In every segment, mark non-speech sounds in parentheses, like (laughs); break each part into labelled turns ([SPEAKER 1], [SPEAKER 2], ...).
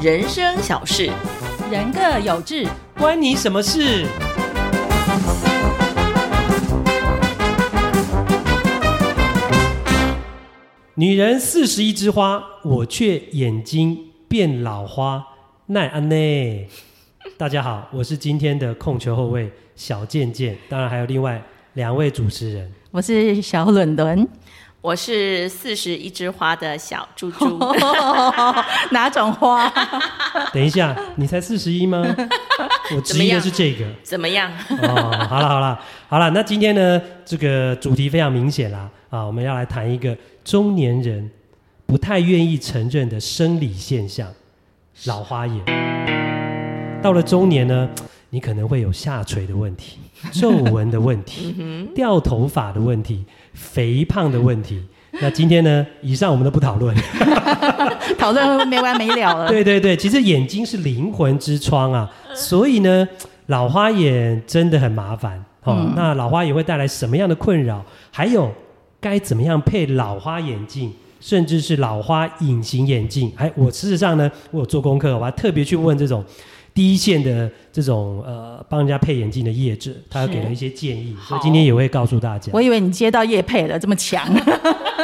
[SPEAKER 1] 人生小事，
[SPEAKER 2] 人各有志，
[SPEAKER 3] 关你什么事？女人四十一枝花，我却眼睛变老花，奈安内。大家好，我是今天的控球后卫小健健，当然还有另外两位主持人。
[SPEAKER 2] 我是小伦伦，
[SPEAKER 1] 我是四十一枝花的小猪
[SPEAKER 3] (laughs)
[SPEAKER 1] 猪，
[SPEAKER 2] (laughs) 哪种花？
[SPEAKER 3] 等一下，你才四十一吗？我
[SPEAKER 1] 么
[SPEAKER 3] 职
[SPEAKER 1] 样
[SPEAKER 3] 业是这个。
[SPEAKER 1] 怎么样？
[SPEAKER 3] 哦，好了好了好了，那今天呢，这个主题非常明显啦，啊，我们要来谈一个中年人不太愿意承认的生理现象——老花眼。到了中年呢，你可能会有下垂的问题、皱纹的问题、掉头发的问题、肥胖的问题。那今天呢，以上我们都不讨论。
[SPEAKER 2] 讨论没完没了 (laughs) 了。
[SPEAKER 3] 对对对，其实眼睛是灵魂之窗啊，所以呢，老花眼真的很麻烦哦。那老花眼会带来什么样的困扰？还有该怎么样配老花眼镜，甚至是老花隐形眼镜？哎，我事实上呢，我有做功课，我还特别去问这种。第一线的这种呃，帮人家配眼镜的业者，他有给了一些建议，所以今天也会告诉大家。
[SPEAKER 2] 我以为你接到叶配了，这么强。 (laughs)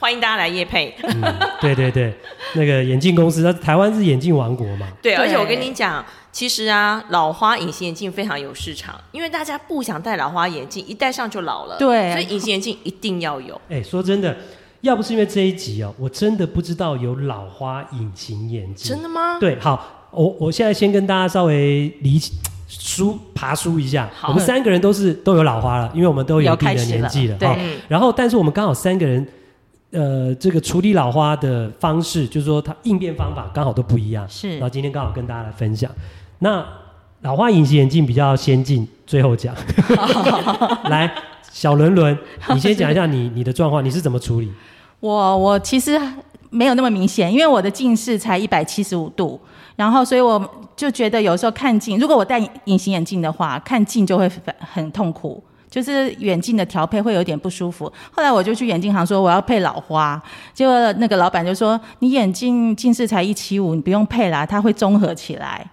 [SPEAKER 1] 欢迎大家来夜配。
[SPEAKER 3] 嗯，对对对，那个眼镜公司，它台湾是眼镜王国嘛，
[SPEAKER 1] 对，
[SPEAKER 2] 对
[SPEAKER 1] 而且我跟你讲，其实啊，老花隐形眼镜非常有市场，因为大家不想戴老花眼镜，一戴上就老了。
[SPEAKER 2] 对
[SPEAKER 1] 所以隐形眼镜一定要有。
[SPEAKER 3] 哎、说真的，要不是因为这一集哦，我真的不知道有老花隐形眼镜。
[SPEAKER 1] 真的吗？
[SPEAKER 3] 对，好，我我现在先跟大家稍微理梳爬梳一下。
[SPEAKER 1] 好
[SPEAKER 3] 我们三个人都是都有老花了，因为我们都有一定的年纪了
[SPEAKER 2] 有开始了对
[SPEAKER 3] 哈然后，但是我们刚好三个人。呃，这个处理老花的方式，就是说它应变方法刚好都不一样，
[SPEAKER 2] 是
[SPEAKER 3] 然后今天刚好跟大家来分享。那老花隐形眼镜比较先进，最
[SPEAKER 2] (laughs)
[SPEAKER 3] 后讲。来，小伦伦，你先讲一下你你的状况，你是怎么处理？
[SPEAKER 2] 我我其实没有那么明显，因为我的近视才一百七十五度，然后所以我就觉得有时候看近，如果我戴隐形眼镜的话，看近就会很很痛苦。就是远近的调配会有点不舒服，后来我就去眼镜行说我要配老花，结果那个老板就说你眼镜近视才一七五，你不用配啦，它会综合起来。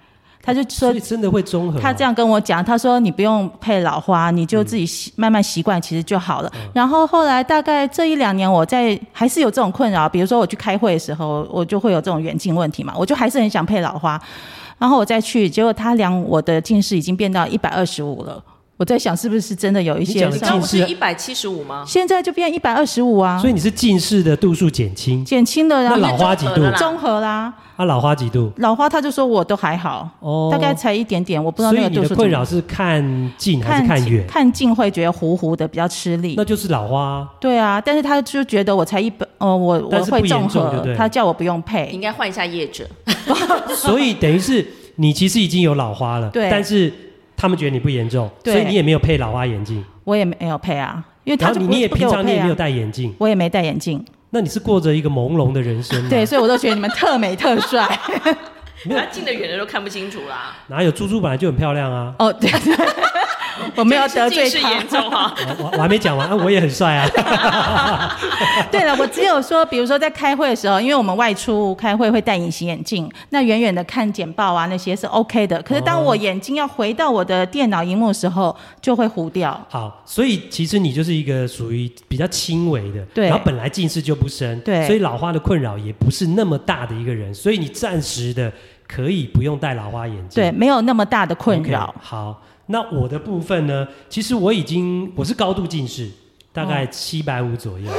[SPEAKER 2] 他就说
[SPEAKER 3] 所以真的会综合哦、
[SPEAKER 2] 他这样跟我讲，他说你不用配老花，你就自己习慢慢习惯，其实就好了。
[SPEAKER 3] 嗯
[SPEAKER 2] 然后后来大概这一两年，我在还是有这种困扰，比如说我去开会的时候，我就会有这种远近问题嘛，我就还是很想配老花。然后我再去，结果他量我的近视已经变到一百二十五了，我在想是不是真的有一
[SPEAKER 3] 你
[SPEAKER 2] 些
[SPEAKER 3] 讲的
[SPEAKER 1] 你刚刚
[SPEAKER 2] 上，
[SPEAKER 1] 不
[SPEAKER 3] 近
[SPEAKER 1] 是
[SPEAKER 3] 视
[SPEAKER 1] 一百七十五吗？
[SPEAKER 2] 现在就变一百二十五啊
[SPEAKER 3] 所，以你是近视的度数减轻，
[SPEAKER 2] 减轻了，然
[SPEAKER 3] 那
[SPEAKER 2] 后
[SPEAKER 3] 老花几
[SPEAKER 1] 就综合？了
[SPEAKER 3] 度
[SPEAKER 1] 啦
[SPEAKER 2] 综合啦，
[SPEAKER 3] 啊，老花几度？
[SPEAKER 2] 老花他就说我都还好，
[SPEAKER 3] 哦，
[SPEAKER 2] 大概才一点点，我不知道
[SPEAKER 3] 所
[SPEAKER 2] 那
[SPEAKER 3] 以
[SPEAKER 2] 个
[SPEAKER 3] 你
[SPEAKER 2] 度
[SPEAKER 3] 的
[SPEAKER 2] 数
[SPEAKER 3] 困
[SPEAKER 2] 怎么
[SPEAKER 3] 扰是看近还
[SPEAKER 2] 看
[SPEAKER 3] 是看
[SPEAKER 2] 近
[SPEAKER 3] 远？
[SPEAKER 2] 看近会觉得糊糊的，比较吃力
[SPEAKER 3] 那。就是老花啊。
[SPEAKER 2] 对啊，但是他就觉得我才一本，呃，我
[SPEAKER 3] 但
[SPEAKER 2] 我
[SPEAKER 3] 是不
[SPEAKER 2] 会
[SPEAKER 3] 严重
[SPEAKER 2] 综
[SPEAKER 3] 就
[SPEAKER 2] 合
[SPEAKER 3] 对，了
[SPEAKER 2] 他叫我不用
[SPEAKER 1] 你
[SPEAKER 2] 配
[SPEAKER 1] 应。该换一下业者。
[SPEAKER 2] (laughs)
[SPEAKER 3] 所以等于是你其实已经有老花了，
[SPEAKER 2] 对
[SPEAKER 3] 但是他们觉得你不严重，所
[SPEAKER 2] 对
[SPEAKER 3] 以你也没有配老花眼镜，
[SPEAKER 2] 我也没有配啊，因为他
[SPEAKER 3] 然后
[SPEAKER 2] 就
[SPEAKER 3] 你
[SPEAKER 2] 不
[SPEAKER 3] 你也
[SPEAKER 2] 不给
[SPEAKER 3] 平
[SPEAKER 2] 我
[SPEAKER 3] 常你
[SPEAKER 2] 配
[SPEAKER 3] 也没有
[SPEAKER 2] 啊。
[SPEAKER 3] 戴眼镜，
[SPEAKER 2] 我也没戴眼镜，
[SPEAKER 3] 那你是过着一个朦胧的人生吗？
[SPEAKER 2] 对，，所以我都觉得你们特美特帅。
[SPEAKER 3] 没有
[SPEAKER 1] 他近的远的都看不清楚啦。
[SPEAKER 3] 哪有猪猪本来就很漂
[SPEAKER 2] (laughs)
[SPEAKER 3] 亮啊？
[SPEAKER 2] 哦，对对，我没有
[SPEAKER 1] 这个
[SPEAKER 2] 得
[SPEAKER 1] 是
[SPEAKER 2] 罪
[SPEAKER 1] 近视
[SPEAKER 2] 他
[SPEAKER 1] 严。重
[SPEAKER 3] (laughs)
[SPEAKER 1] 啊。
[SPEAKER 3] 啊我我还没讲完啊，我也很
[SPEAKER 2] (laughs)
[SPEAKER 3] 帅啊。
[SPEAKER 2] 对了，我只有说，比如说在开会的时候，因为我们外出开会会戴隐形眼镜，那远远的看简报啊那些是 OK 的。可是当
[SPEAKER 3] 哦
[SPEAKER 2] 我眼睛要回到我的电脑荧幕的时候，就会糊掉。
[SPEAKER 3] 好，所以其实你就是一个属于比较轻微的，
[SPEAKER 2] 对
[SPEAKER 3] 然后本来近视就不深，
[SPEAKER 2] 对
[SPEAKER 3] 所以老花的困扰也不是那么大的一个人，所以你暂时的可以不用戴老花眼镜，
[SPEAKER 2] 对，没有那么大的困
[SPEAKER 3] OK，
[SPEAKER 2] 扰。
[SPEAKER 3] 好，那我的部分呢，其实我已经我是高度近视，大概
[SPEAKER 2] 哦
[SPEAKER 3] 七百五左右，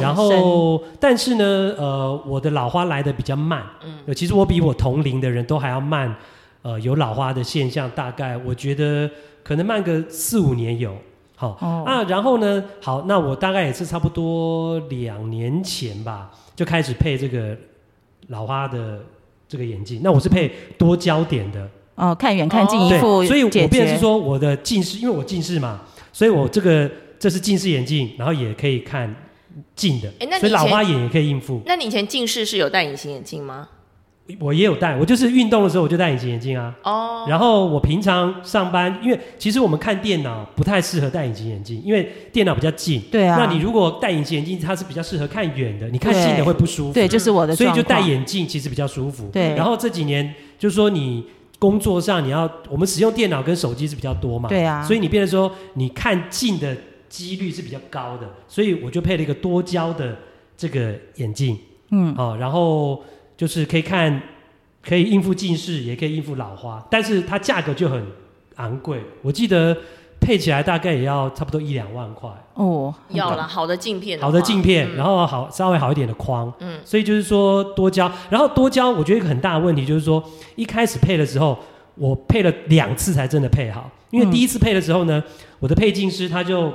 [SPEAKER 3] 然后但是呢，呃，我的老花来的比较慢，嗯，其实我比我同龄的人都还要慢，呃，有老花的现象，大概我觉得可能慢个四五年有。好、
[SPEAKER 2] 哦
[SPEAKER 3] 啊，然后呢？好，那我大概也是差不多两年前吧，就开始配这个老花的这个眼镜。那我是配多焦点的，
[SPEAKER 2] 哦，看远看近一
[SPEAKER 3] 对，
[SPEAKER 2] 副
[SPEAKER 3] 所以我
[SPEAKER 2] 解
[SPEAKER 3] 变
[SPEAKER 2] 决
[SPEAKER 3] 成是。说我的近视，因为我近视嘛，所以我这个这是近视眼镜，然后也可以看近的
[SPEAKER 1] 诶那，你
[SPEAKER 3] 所以
[SPEAKER 1] 以
[SPEAKER 3] 老
[SPEAKER 1] 前
[SPEAKER 3] 花眼也可以应付。
[SPEAKER 1] 那你以前近视是有戴隐形眼镜吗？
[SPEAKER 3] 我也有戴，我就是运动的时候我就戴隐形眼镜啊。
[SPEAKER 1] 哦，
[SPEAKER 3] 然后我平常上班，因为其实我们看电脑不太适合戴隐形眼镜，因为电脑比较近。
[SPEAKER 2] 对啊
[SPEAKER 3] 那你如果戴隐形眼镜，它是比较适合看远的，你看近的
[SPEAKER 2] 对
[SPEAKER 3] 会不舒服。
[SPEAKER 2] 对，就是我的
[SPEAKER 3] 所以就戴
[SPEAKER 2] 状况
[SPEAKER 3] 眼镜其实比较舒服。
[SPEAKER 2] 对
[SPEAKER 3] 然后这几年就是说你工作上你要，我们使用电脑跟手机是比较多嘛。
[SPEAKER 2] 对啊
[SPEAKER 3] 所以你变成说你看近的几率是比较高的，所以我就配了一个多焦的这个眼镜。
[SPEAKER 2] 嗯，
[SPEAKER 3] 哦，然后就是可以看，可以应付近视，也可以应付老花，但是它价格就很昂贵，我记得配起来大概也要差不多一两万块。
[SPEAKER 2] 哦，
[SPEAKER 1] 要啦，好的镜片话，
[SPEAKER 3] 好的镜片，
[SPEAKER 1] 嗯
[SPEAKER 3] 然后好稍微好一点的框，
[SPEAKER 1] 嗯
[SPEAKER 3] 所以就是说多焦，然后多焦，我觉得一个很大的问题就是说，一开始配的时候，我配了两次才真的配好，因为
[SPEAKER 2] 嗯
[SPEAKER 3] 第一次配的时候呢，我的配镜师他就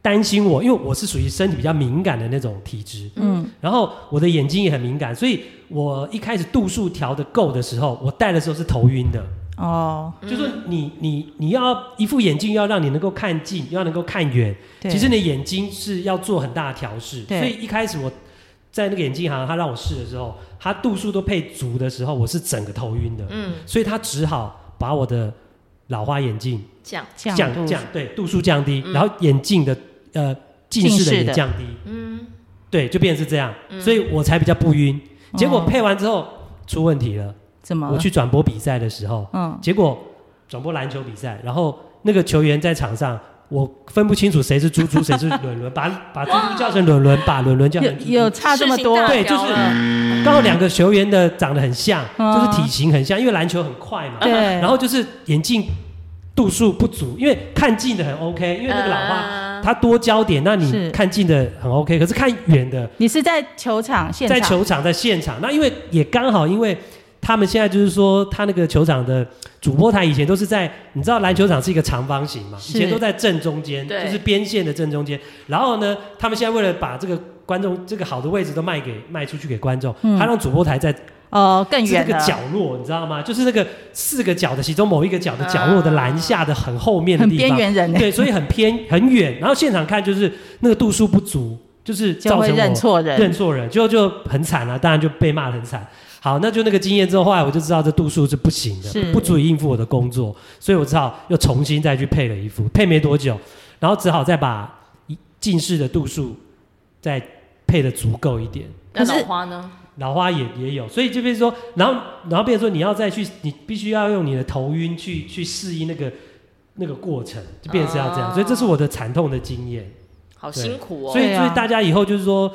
[SPEAKER 3] 担心我，因为我是属于身体比较敏感的那种体质，
[SPEAKER 2] 嗯，
[SPEAKER 3] 然后我的眼睛也很敏感，所以我一开始度数调的够的时候，我戴的时候是头晕的，
[SPEAKER 2] 哦，
[SPEAKER 3] 就说你你你要一副眼镜要让你能够看近，要能够看远，
[SPEAKER 2] 对，
[SPEAKER 3] 其实你的眼睛是要做很大的调试，
[SPEAKER 2] 对
[SPEAKER 3] 所以一开始我在那个眼镜行，他让我试的时候，他度数都配足的时候，我是整个头晕的，
[SPEAKER 1] 嗯，
[SPEAKER 3] 所以他只好把我的老花眼镜
[SPEAKER 1] 这样，
[SPEAKER 2] 降度
[SPEAKER 3] 降对度数降低，
[SPEAKER 1] 嗯
[SPEAKER 3] 然后眼镜的呃近
[SPEAKER 2] 近
[SPEAKER 3] 视的
[SPEAKER 2] 视
[SPEAKER 3] 也
[SPEAKER 2] 的
[SPEAKER 3] 降低，
[SPEAKER 1] 嗯，
[SPEAKER 3] 对，就变成是这样，所以我才比较不晕。结果
[SPEAKER 2] 嗯哦
[SPEAKER 3] 配完之后出问题了，
[SPEAKER 2] 怎么了？
[SPEAKER 3] 我去转播比赛的时候，
[SPEAKER 2] 嗯，
[SPEAKER 3] 结果转播篮球比赛，然后那个球员在场上，我分不清楚谁是猪猪，谁是伦伦，把把猪猪叫成伦伦，把伦伦叫
[SPEAKER 2] 有
[SPEAKER 3] 成猪
[SPEAKER 2] 有
[SPEAKER 3] 猪。
[SPEAKER 2] 差这么
[SPEAKER 1] 事情
[SPEAKER 2] 多，
[SPEAKER 1] 大啊
[SPEAKER 3] 对就是
[SPEAKER 1] 条了
[SPEAKER 3] 刚好两个球员的长得很像，
[SPEAKER 2] 嗯
[SPEAKER 3] 就是体型很像，因为篮球很快嘛。
[SPEAKER 2] 对，
[SPEAKER 3] 然后就是眼镜度数不足，因为看近的很 OK，因为那个老花
[SPEAKER 1] 啊
[SPEAKER 3] 它多焦点，那你
[SPEAKER 2] 嗯是
[SPEAKER 3] 看近的很 OK，可是看远的
[SPEAKER 2] 你是在球场现场，
[SPEAKER 3] 在球场在现场，那因为也刚好因为。他们现在就是说，他那个球场的主播台以前都是在，你知道篮球场是一个长方形嘛，以
[SPEAKER 2] 是
[SPEAKER 3] 前都在正中间，
[SPEAKER 1] 对
[SPEAKER 3] 就是边线的正中间。然后呢，他们现在为了把这个观众这个好的位置都卖给卖出去给观众，
[SPEAKER 2] 嗯
[SPEAKER 3] 他让主播台在
[SPEAKER 2] 哦更
[SPEAKER 3] 这
[SPEAKER 2] 远
[SPEAKER 3] 个
[SPEAKER 2] 了，
[SPEAKER 3] 角落，你知道吗？就是那个四个角的其中某一个角的角落的篮下的很后面的
[SPEAKER 2] 很
[SPEAKER 3] 地
[SPEAKER 2] 边
[SPEAKER 3] 方，
[SPEAKER 2] 缘人呢，
[SPEAKER 3] 对，所以很偏很远。然后现场看就是那个度数不足，就是
[SPEAKER 2] (laughs) 就
[SPEAKER 3] 造
[SPEAKER 2] 会
[SPEAKER 3] 成我
[SPEAKER 2] 认错人，
[SPEAKER 3] 认错人，就就很惨啊了、当然就被骂得很惨。好，那就那个经验之后，后来我就知道这度数是不行的，
[SPEAKER 2] 是
[SPEAKER 3] 不足以应付我的工作，所以我只好又重新再去配了一副，配没多久，然后只好再把一近视的度数再配的足够一点。
[SPEAKER 1] 那
[SPEAKER 2] 可是
[SPEAKER 1] 老花呢？
[SPEAKER 3] 老花也也有，所以就变成说，然后然后变成说你要再去，你必须要用你的头晕去去适应那个那个过程，就变成是要这样，
[SPEAKER 1] 哦
[SPEAKER 3] 所以这是我的惨痛的经验。
[SPEAKER 1] 好辛苦哦
[SPEAKER 3] 所。以，
[SPEAKER 2] 对啊
[SPEAKER 3] 所以大家以后就是说，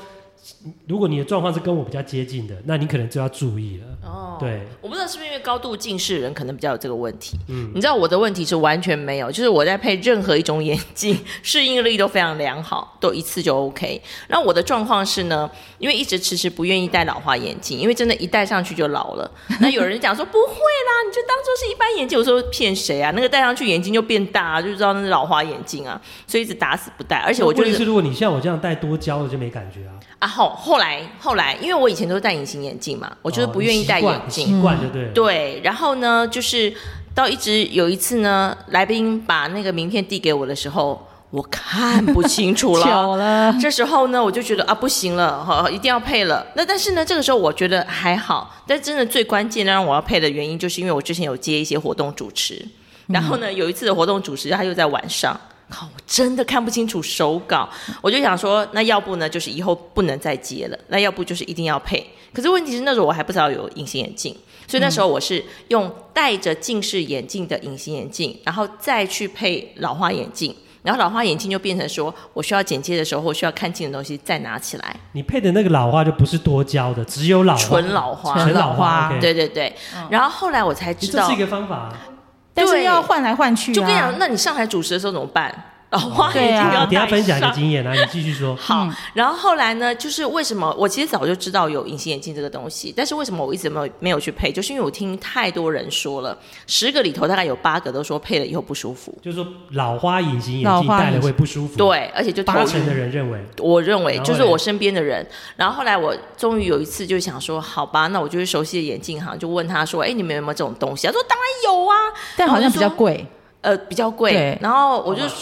[SPEAKER 3] 如果你的状况是跟我比较接近的，那你可能就要注意了。
[SPEAKER 1] 哦，
[SPEAKER 3] 对，
[SPEAKER 1] 我不知道是不是因为高度近视人可能比较有这个问题。
[SPEAKER 3] 嗯
[SPEAKER 1] 你知道我的问题是完全没有，就是我在配任何一种眼镜，适应力都非常良好，都一次就 OK。那我的状况是呢，因为一直迟迟不愿意戴老花眼镜，因为真的，一戴上去就老了。那有人讲说不会啦，你就当做是一般眼镜。我说骗谁啊？那个戴上去眼睛就变大，啊就知道那是老花眼镜啊，所以一直打死不戴。而且我就
[SPEAKER 3] 问题
[SPEAKER 1] 是
[SPEAKER 3] 是，如果你像我这样戴多焦的就没感觉啊，
[SPEAKER 1] 啊后后来后来，因为我以前都是戴隐形眼镜嘛，我就是
[SPEAKER 3] 哦
[SPEAKER 1] 不愿意
[SPEAKER 3] 你
[SPEAKER 1] 戴
[SPEAKER 3] 习惯
[SPEAKER 1] 眼镜。嗯
[SPEAKER 3] 习惯就对了。
[SPEAKER 1] 对，然后呢，就是到一直有一次呢，来宾把那个名片递给我的时候，我看不清
[SPEAKER 2] (laughs)
[SPEAKER 1] 楚了。
[SPEAKER 2] 久了，
[SPEAKER 1] 这时候呢，我就觉得啊，不行了，哈，一定要配了。那但是呢，这个时候我觉得还好，但真的最关键的让我要配的原因，就是因为我之前有接一些活动主持，然后呢，有一次的活动主持他又在晚上。靠！我真的看不清楚手稿，我就想说，那要不呢，就是以后不能再接了；那要不就是一定要配。可是问题是，那时候我还不知道有隐形眼镜，所以那时候我是用戴着近视眼镜的隐形眼镜，然后再去配老花眼镜，然后老花眼镜就变成说我需要剪接的时候或需要看近的东西再拿起来，
[SPEAKER 3] 你配的那个老花就不是多焦的，只有老花
[SPEAKER 1] 纯老花。
[SPEAKER 3] 纯老
[SPEAKER 2] 老花
[SPEAKER 3] 花。OK
[SPEAKER 1] 对对对，然后后来我才知
[SPEAKER 3] 嗯这
[SPEAKER 1] 道
[SPEAKER 3] 是一，个方法啊。
[SPEAKER 2] 但是
[SPEAKER 1] 对
[SPEAKER 2] 要换来换去、啊，
[SPEAKER 1] 就跟你讲，那你上台主持的时候怎么办？老花眼
[SPEAKER 2] 对
[SPEAKER 1] 镜
[SPEAKER 2] 啊
[SPEAKER 1] 就要
[SPEAKER 3] 我等一下
[SPEAKER 1] 戴
[SPEAKER 3] 分享一个
[SPEAKER 1] 上。
[SPEAKER 3] 经验啊，你继续说。
[SPEAKER 1] 好，然后后来呢，就是为什么我其实早就知道有隐形眼镜这个东西，但是为什么我一直没有没有去配，就是因为我听太多人说了，十个里头大概有八个都说配了以后不舒服，
[SPEAKER 3] 就是说老花隐形眼
[SPEAKER 2] 老
[SPEAKER 3] 镜
[SPEAKER 2] 花
[SPEAKER 3] 戴了
[SPEAKER 2] 隐
[SPEAKER 3] 会不舒服，，
[SPEAKER 1] 对，而且就头
[SPEAKER 3] 八
[SPEAKER 1] 晕
[SPEAKER 3] 成的人认为。
[SPEAKER 1] 我认为
[SPEAKER 3] 嗯然后
[SPEAKER 1] 就是
[SPEAKER 3] 嘞
[SPEAKER 1] 我身边的人，然后后来我终于有一次就想说，好吧，那我就去熟悉的眼镜行，就问他说，哎，你们有没有这种东西？他说当然有啊，
[SPEAKER 2] 但好像比较贵，
[SPEAKER 1] 呃，比较贵
[SPEAKER 2] 对。
[SPEAKER 1] 然后我就
[SPEAKER 3] 好吧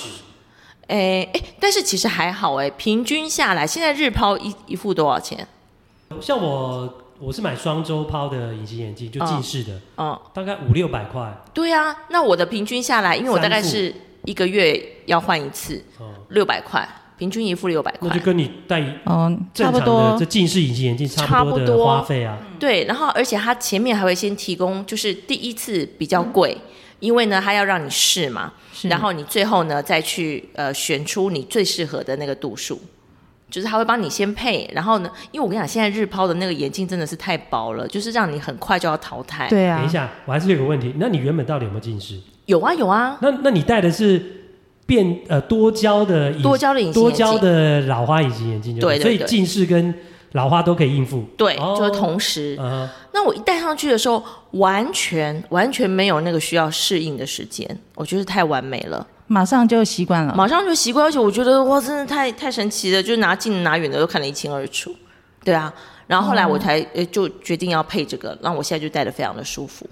[SPEAKER 1] 哎哎，但是其实还好哎，平均下来，现在日抛一一副多少钱？
[SPEAKER 3] 像我我是买双周抛的隐形眼镜，就近视的，
[SPEAKER 1] 嗯，
[SPEAKER 3] 大概五六百块。
[SPEAKER 1] 对啊，那我的平均下来，因为我大概
[SPEAKER 3] 三副
[SPEAKER 1] 是一个月要换一次，
[SPEAKER 3] 哦，
[SPEAKER 1] 六百块，平均一副六百
[SPEAKER 3] 那
[SPEAKER 1] 块。
[SPEAKER 3] 就跟你戴
[SPEAKER 2] 哦，差
[SPEAKER 3] 正
[SPEAKER 2] 不
[SPEAKER 3] 常的
[SPEAKER 2] 多
[SPEAKER 3] 这，近视隐形眼镜差不
[SPEAKER 1] 差不
[SPEAKER 3] 的
[SPEAKER 1] 多
[SPEAKER 3] 花费啊。
[SPEAKER 1] 对，然后而且它前面还会先提供，就是第一次比较贵，
[SPEAKER 3] 嗯
[SPEAKER 1] 因为呢，它要让你试嘛，
[SPEAKER 2] 是
[SPEAKER 1] 然后你最后呢再去呃选出你最适合的那个度数。就是它会帮你先配，然后呢，因为我跟你讲，现在日抛的那个眼镜真的是太薄了，就是让你很快就要淘汰。
[SPEAKER 2] 对啊
[SPEAKER 3] 等一，下，我还是有个问题，那你原本到底有没有近视？
[SPEAKER 1] 有啊有啊，
[SPEAKER 3] 那那你戴的是变呃多焦的隐
[SPEAKER 1] 多焦的隐形
[SPEAKER 3] 多
[SPEAKER 1] 眼镜，
[SPEAKER 3] 焦的老花隐形眼镜就可以，
[SPEAKER 1] 对对
[SPEAKER 3] 所以
[SPEAKER 1] 对
[SPEAKER 3] 近视跟老花都可以应付。
[SPEAKER 1] 对，
[SPEAKER 3] 哦
[SPEAKER 1] 就是同时。
[SPEAKER 3] 嗯哼
[SPEAKER 1] 那我一戴上去的时候，完全完全没有那个需要适应的时间，我觉得太完美了，
[SPEAKER 2] 马上就习惯了。
[SPEAKER 1] 马上就习惯，而且我觉得哇，真的太太神奇了，就是拿近拿远的都看得一清二楚，对啊。然后后来我才呃就决定要配这个，让我现在就戴的非常的舒服。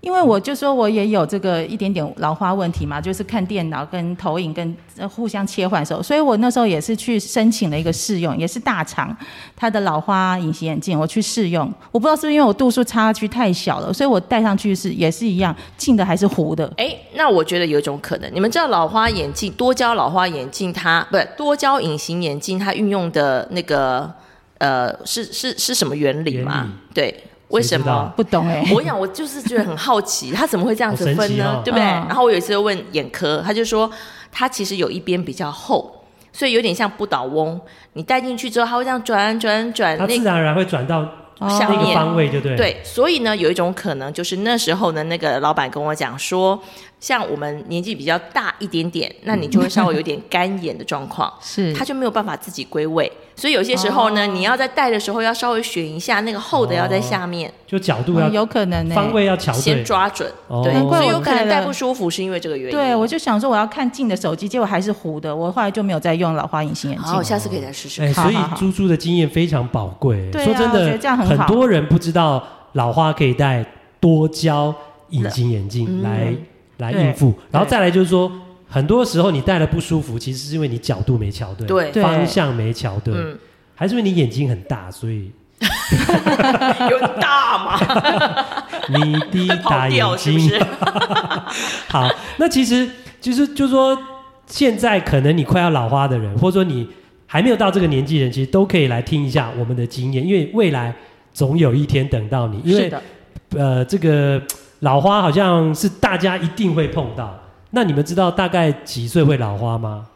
[SPEAKER 2] 因为我就说我也有这个一点点老花问题嘛，就是看电脑跟投影跟呃互相切换的时候，所以我那时候也是去申请了一个试用，也是大厂它的老花隐形眼镜，我去试用，我不知道是不是因为我度数差距太小了，所以我戴上去是也是一样，近的还是糊的，
[SPEAKER 1] 哎，那我觉得有一种可能，你们知道老花眼镜多焦老花眼镜它，不是多焦隐形眼镜，它运用的那个呃是是是什么原理吗？
[SPEAKER 3] 原理
[SPEAKER 1] 对，为什
[SPEAKER 3] 谁知道
[SPEAKER 1] 么？
[SPEAKER 2] 不懂哎、
[SPEAKER 1] (laughs) 我想，我就是觉得很好
[SPEAKER 3] (laughs)
[SPEAKER 1] 奇，他怎么会这样子
[SPEAKER 3] 好神
[SPEAKER 1] 分
[SPEAKER 3] 奇
[SPEAKER 1] 呢？
[SPEAKER 3] 哦
[SPEAKER 1] 对不对？
[SPEAKER 2] 嗯
[SPEAKER 1] 然后我有一次问眼科，他就说他其实有一边比较厚，所以有点像不倒翁。你戴进去之后，它会这样转转转，
[SPEAKER 3] 它
[SPEAKER 1] 呃那
[SPEAKER 3] 自然而然会转到
[SPEAKER 1] 下
[SPEAKER 3] 那个
[SPEAKER 1] 面
[SPEAKER 2] 哦
[SPEAKER 3] 方位，就对。，
[SPEAKER 1] 对，所以呢，有一种可能就是那时候呢，那个老板跟我讲说，像我们年纪比较大一点点，那你就会稍微有点干眼的状况。
[SPEAKER 2] (laughs) 是
[SPEAKER 1] 他就没有办法自己归位，所以有些时候呢，
[SPEAKER 2] 哦
[SPEAKER 1] 你要在戴的时候要稍微选一下，那个厚的要在下面，
[SPEAKER 3] 就角度
[SPEAKER 2] 哦
[SPEAKER 3] 要
[SPEAKER 2] 有可能呢、
[SPEAKER 3] 啊方位要瞧
[SPEAKER 1] 嗯先
[SPEAKER 3] 对。
[SPEAKER 1] 抓准。
[SPEAKER 3] 哦
[SPEAKER 1] 对，
[SPEAKER 2] 难怪
[SPEAKER 1] 所以
[SPEAKER 2] 我
[SPEAKER 1] 有可能
[SPEAKER 2] 戴
[SPEAKER 1] 戴
[SPEAKER 2] 了
[SPEAKER 1] 不舒服是因为这个原因。
[SPEAKER 2] 对，我就想说我要看近的手机，结果还是糊的，我后来就没有再用老花隐形眼镜
[SPEAKER 1] 好，。下次可以再试试
[SPEAKER 3] 哎，
[SPEAKER 1] 看。
[SPEAKER 2] 好
[SPEAKER 3] 所以
[SPEAKER 2] 好好
[SPEAKER 3] 猪猪的经验非常宝贵。
[SPEAKER 2] 对啊
[SPEAKER 3] 说真
[SPEAKER 2] 我觉得这
[SPEAKER 3] 的，
[SPEAKER 2] 样很
[SPEAKER 3] 很
[SPEAKER 2] 好
[SPEAKER 3] 多人不知道老花可以戴多焦隐形眼镜
[SPEAKER 1] 嗯
[SPEAKER 3] 来来
[SPEAKER 2] 对
[SPEAKER 3] 应付，然后再来就是说，很多时候你戴了不舒服，其实是因为你角度没瞧对，
[SPEAKER 1] 对
[SPEAKER 2] 对
[SPEAKER 3] 方向没瞧对，
[SPEAKER 1] 嗯，
[SPEAKER 3] 还是因为你眼睛很大，所以
[SPEAKER 1] 有大
[SPEAKER 3] (laughs)
[SPEAKER 1] 吗？
[SPEAKER 3] 你
[SPEAKER 2] (laughs)
[SPEAKER 3] 滴
[SPEAKER 1] (laughs) 跑
[SPEAKER 3] 打
[SPEAKER 1] 掉
[SPEAKER 3] 眼
[SPEAKER 1] 是不
[SPEAKER 3] 睛。
[SPEAKER 1] 是？
[SPEAKER 3] 好，那其实就是就是说，现在可能你快要老花的人，或者说你还没有到这个年纪的人，其实都可以来听一下我们的经验，因为未来总有一天等到你，因
[SPEAKER 2] 是
[SPEAKER 3] 为
[SPEAKER 2] 的，
[SPEAKER 3] 呃，这个老花好像是大家一定会碰到。那你们知道大概几岁会老花吗？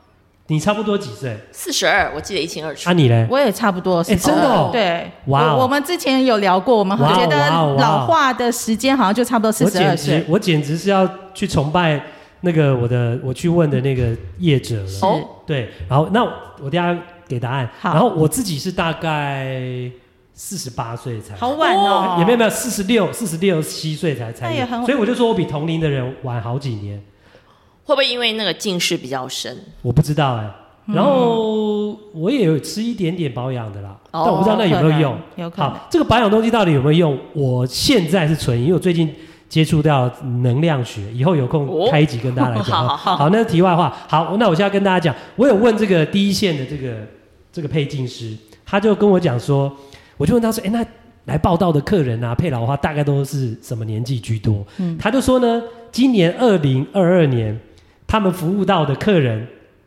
[SPEAKER 3] 你差不多几岁？
[SPEAKER 1] 四十二，我记得一清二楚
[SPEAKER 3] 啊，。你嘞？
[SPEAKER 2] 我也差不多是、
[SPEAKER 3] 哎真的哦
[SPEAKER 2] 对，
[SPEAKER 3] 哇哦
[SPEAKER 2] 我我们之前有聊过，我们
[SPEAKER 3] 哇哦
[SPEAKER 2] 觉得
[SPEAKER 3] 哇哦哇哦
[SPEAKER 2] 老化的时间好像就差不多四
[SPEAKER 3] 我
[SPEAKER 2] 十二
[SPEAKER 3] 简
[SPEAKER 2] 岁
[SPEAKER 3] 直，，我简直是要去崇拜那个我的，我去问的那个业者了。
[SPEAKER 2] 是
[SPEAKER 1] 哦
[SPEAKER 3] 对，然后那我等一下给答案。
[SPEAKER 2] 好
[SPEAKER 3] 然后我自己是大概四十八岁才，哎
[SPEAKER 2] 好晚哦，
[SPEAKER 3] 也没有没有四十六、四十六七岁才才
[SPEAKER 2] 那也很晚
[SPEAKER 3] 有，所以我就说我比同龄的人晚好几年，
[SPEAKER 1] 会不会因为那个近视比较深？
[SPEAKER 3] 我不知道哎、然后我也有吃一点点保养的啦，
[SPEAKER 1] 哦
[SPEAKER 3] 但我不知道那有没有用。
[SPEAKER 2] 有可能，
[SPEAKER 3] 好，这个保养东西到底有没有用？我现在是存疑，因为我最近接触到能量学，以后有空
[SPEAKER 1] 哦
[SPEAKER 3] 开一集跟大家
[SPEAKER 2] (laughs)
[SPEAKER 3] 来讲
[SPEAKER 1] 好
[SPEAKER 3] 啊。
[SPEAKER 1] 好好
[SPEAKER 3] 那是题外话。好，那我现在跟大家讲，我有问这个第一线的这个这个配镜师，他就跟我讲说，我就问他说，哎，那来报道的客人啊，配老花大概都是什么年纪居多？
[SPEAKER 2] 嗯
[SPEAKER 3] 他就说呢，今年二零二二年，他们服务到的客人。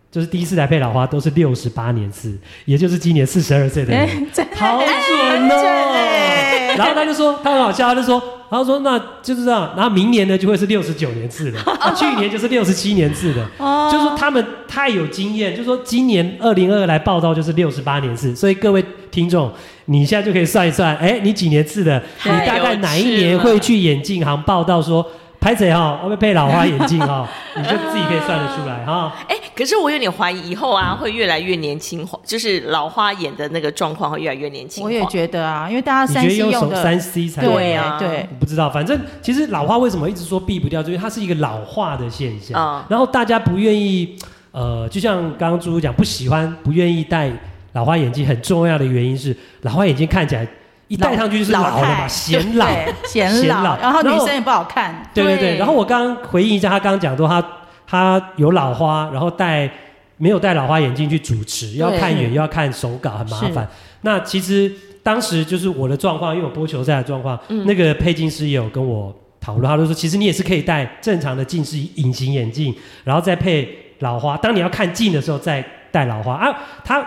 [SPEAKER 3] 就是第一次来配老花都是六十八年次，也就是今年四十二岁的人。
[SPEAKER 2] 哎， (laughs) 真
[SPEAKER 3] 好准
[SPEAKER 2] 很准
[SPEAKER 3] 哦
[SPEAKER 2] 欸！
[SPEAKER 3] 然后他就说，他很好笑，他就说，他就说那就是这样，然后明年呢就会是六十九年次的，
[SPEAKER 2] (laughs)
[SPEAKER 3] 啊去年就是六十七年次的，
[SPEAKER 2] 哦
[SPEAKER 3] 就是说他们太有经验，就是说今年二零二来报道就是六十八年次，所以各位听众，你现在就可以算一算，哎，你几年次的，你
[SPEAKER 1] 太
[SPEAKER 3] 大概
[SPEAKER 1] 有
[SPEAKER 3] 哪一
[SPEAKER 1] 趣
[SPEAKER 3] 年
[SPEAKER 1] 了
[SPEAKER 3] 会去眼镜行报道说？拍谁哈？我被配老花眼
[SPEAKER 2] (laughs)
[SPEAKER 3] 镜哈，你就自己可以算得出来哈。
[SPEAKER 1] 哎，可是我有点怀疑以后啊，会越来越年轻化，就是老花眼的那个状况会越来越年轻化。
[SPEAKER 2] 我也觉得啊，因为大家
[SPEAKER 3] 你
[SPEAKER 2] 三
[SPEAKER 3] 觉得
[SPEAKER 2] C
[SPEAKER 3] 用手
[SPEAKER 2] 的，
[SPEAKER 3] 三 C 才
[SPEAKER 2] 对
[SPEAKER 1] 啊
[SPEAKER 2] 对，
[SPEAKER 3] 我不知道，反正其实老花为什么一直说避不掉，就是它是一个老化的现象。
[SPEAKER 2] 哦
[SPEAKER 1] 嗯
[SPEAKER 3] 然后大家不愿意，呃，就像刚刚猪猪讲，不喜欢、不愿意戴老花眼镜，很重要的原因是老花眼镜看起来一戴上去就是
[SPEAKER 2] 老
[SPEAKER 3] 老了
[SPEAKER 2] 态
[SPEAKER 3] 嘛，显老。
[SPEAKER 2] 对显
[SPEAKER 3] 显
[SPEAKER 2] 老，
[SPEAKER 3] 老
[SPEAKER 2] 然后女
[SPEAKER 3] 然后
[SPEAKER 2] 生也不好看，
[SPEAKER 3] 对对
[SPEAKER 1] 对
[SPEAKER 3] 对。然后我刚刚回应一下，他刚刚讲说他他有老花，然后戴没有戴老花眼镜去主持，要看远又要看手稿，很麻烦。那其实。当时就是我的状况，因为我播球赛的状况，那个配镜师也有跟我讨论，他就说其实你也是可以戴正常的近视隐形眼镜，然后再配老花。当你要看近的时候再戴老花啊。他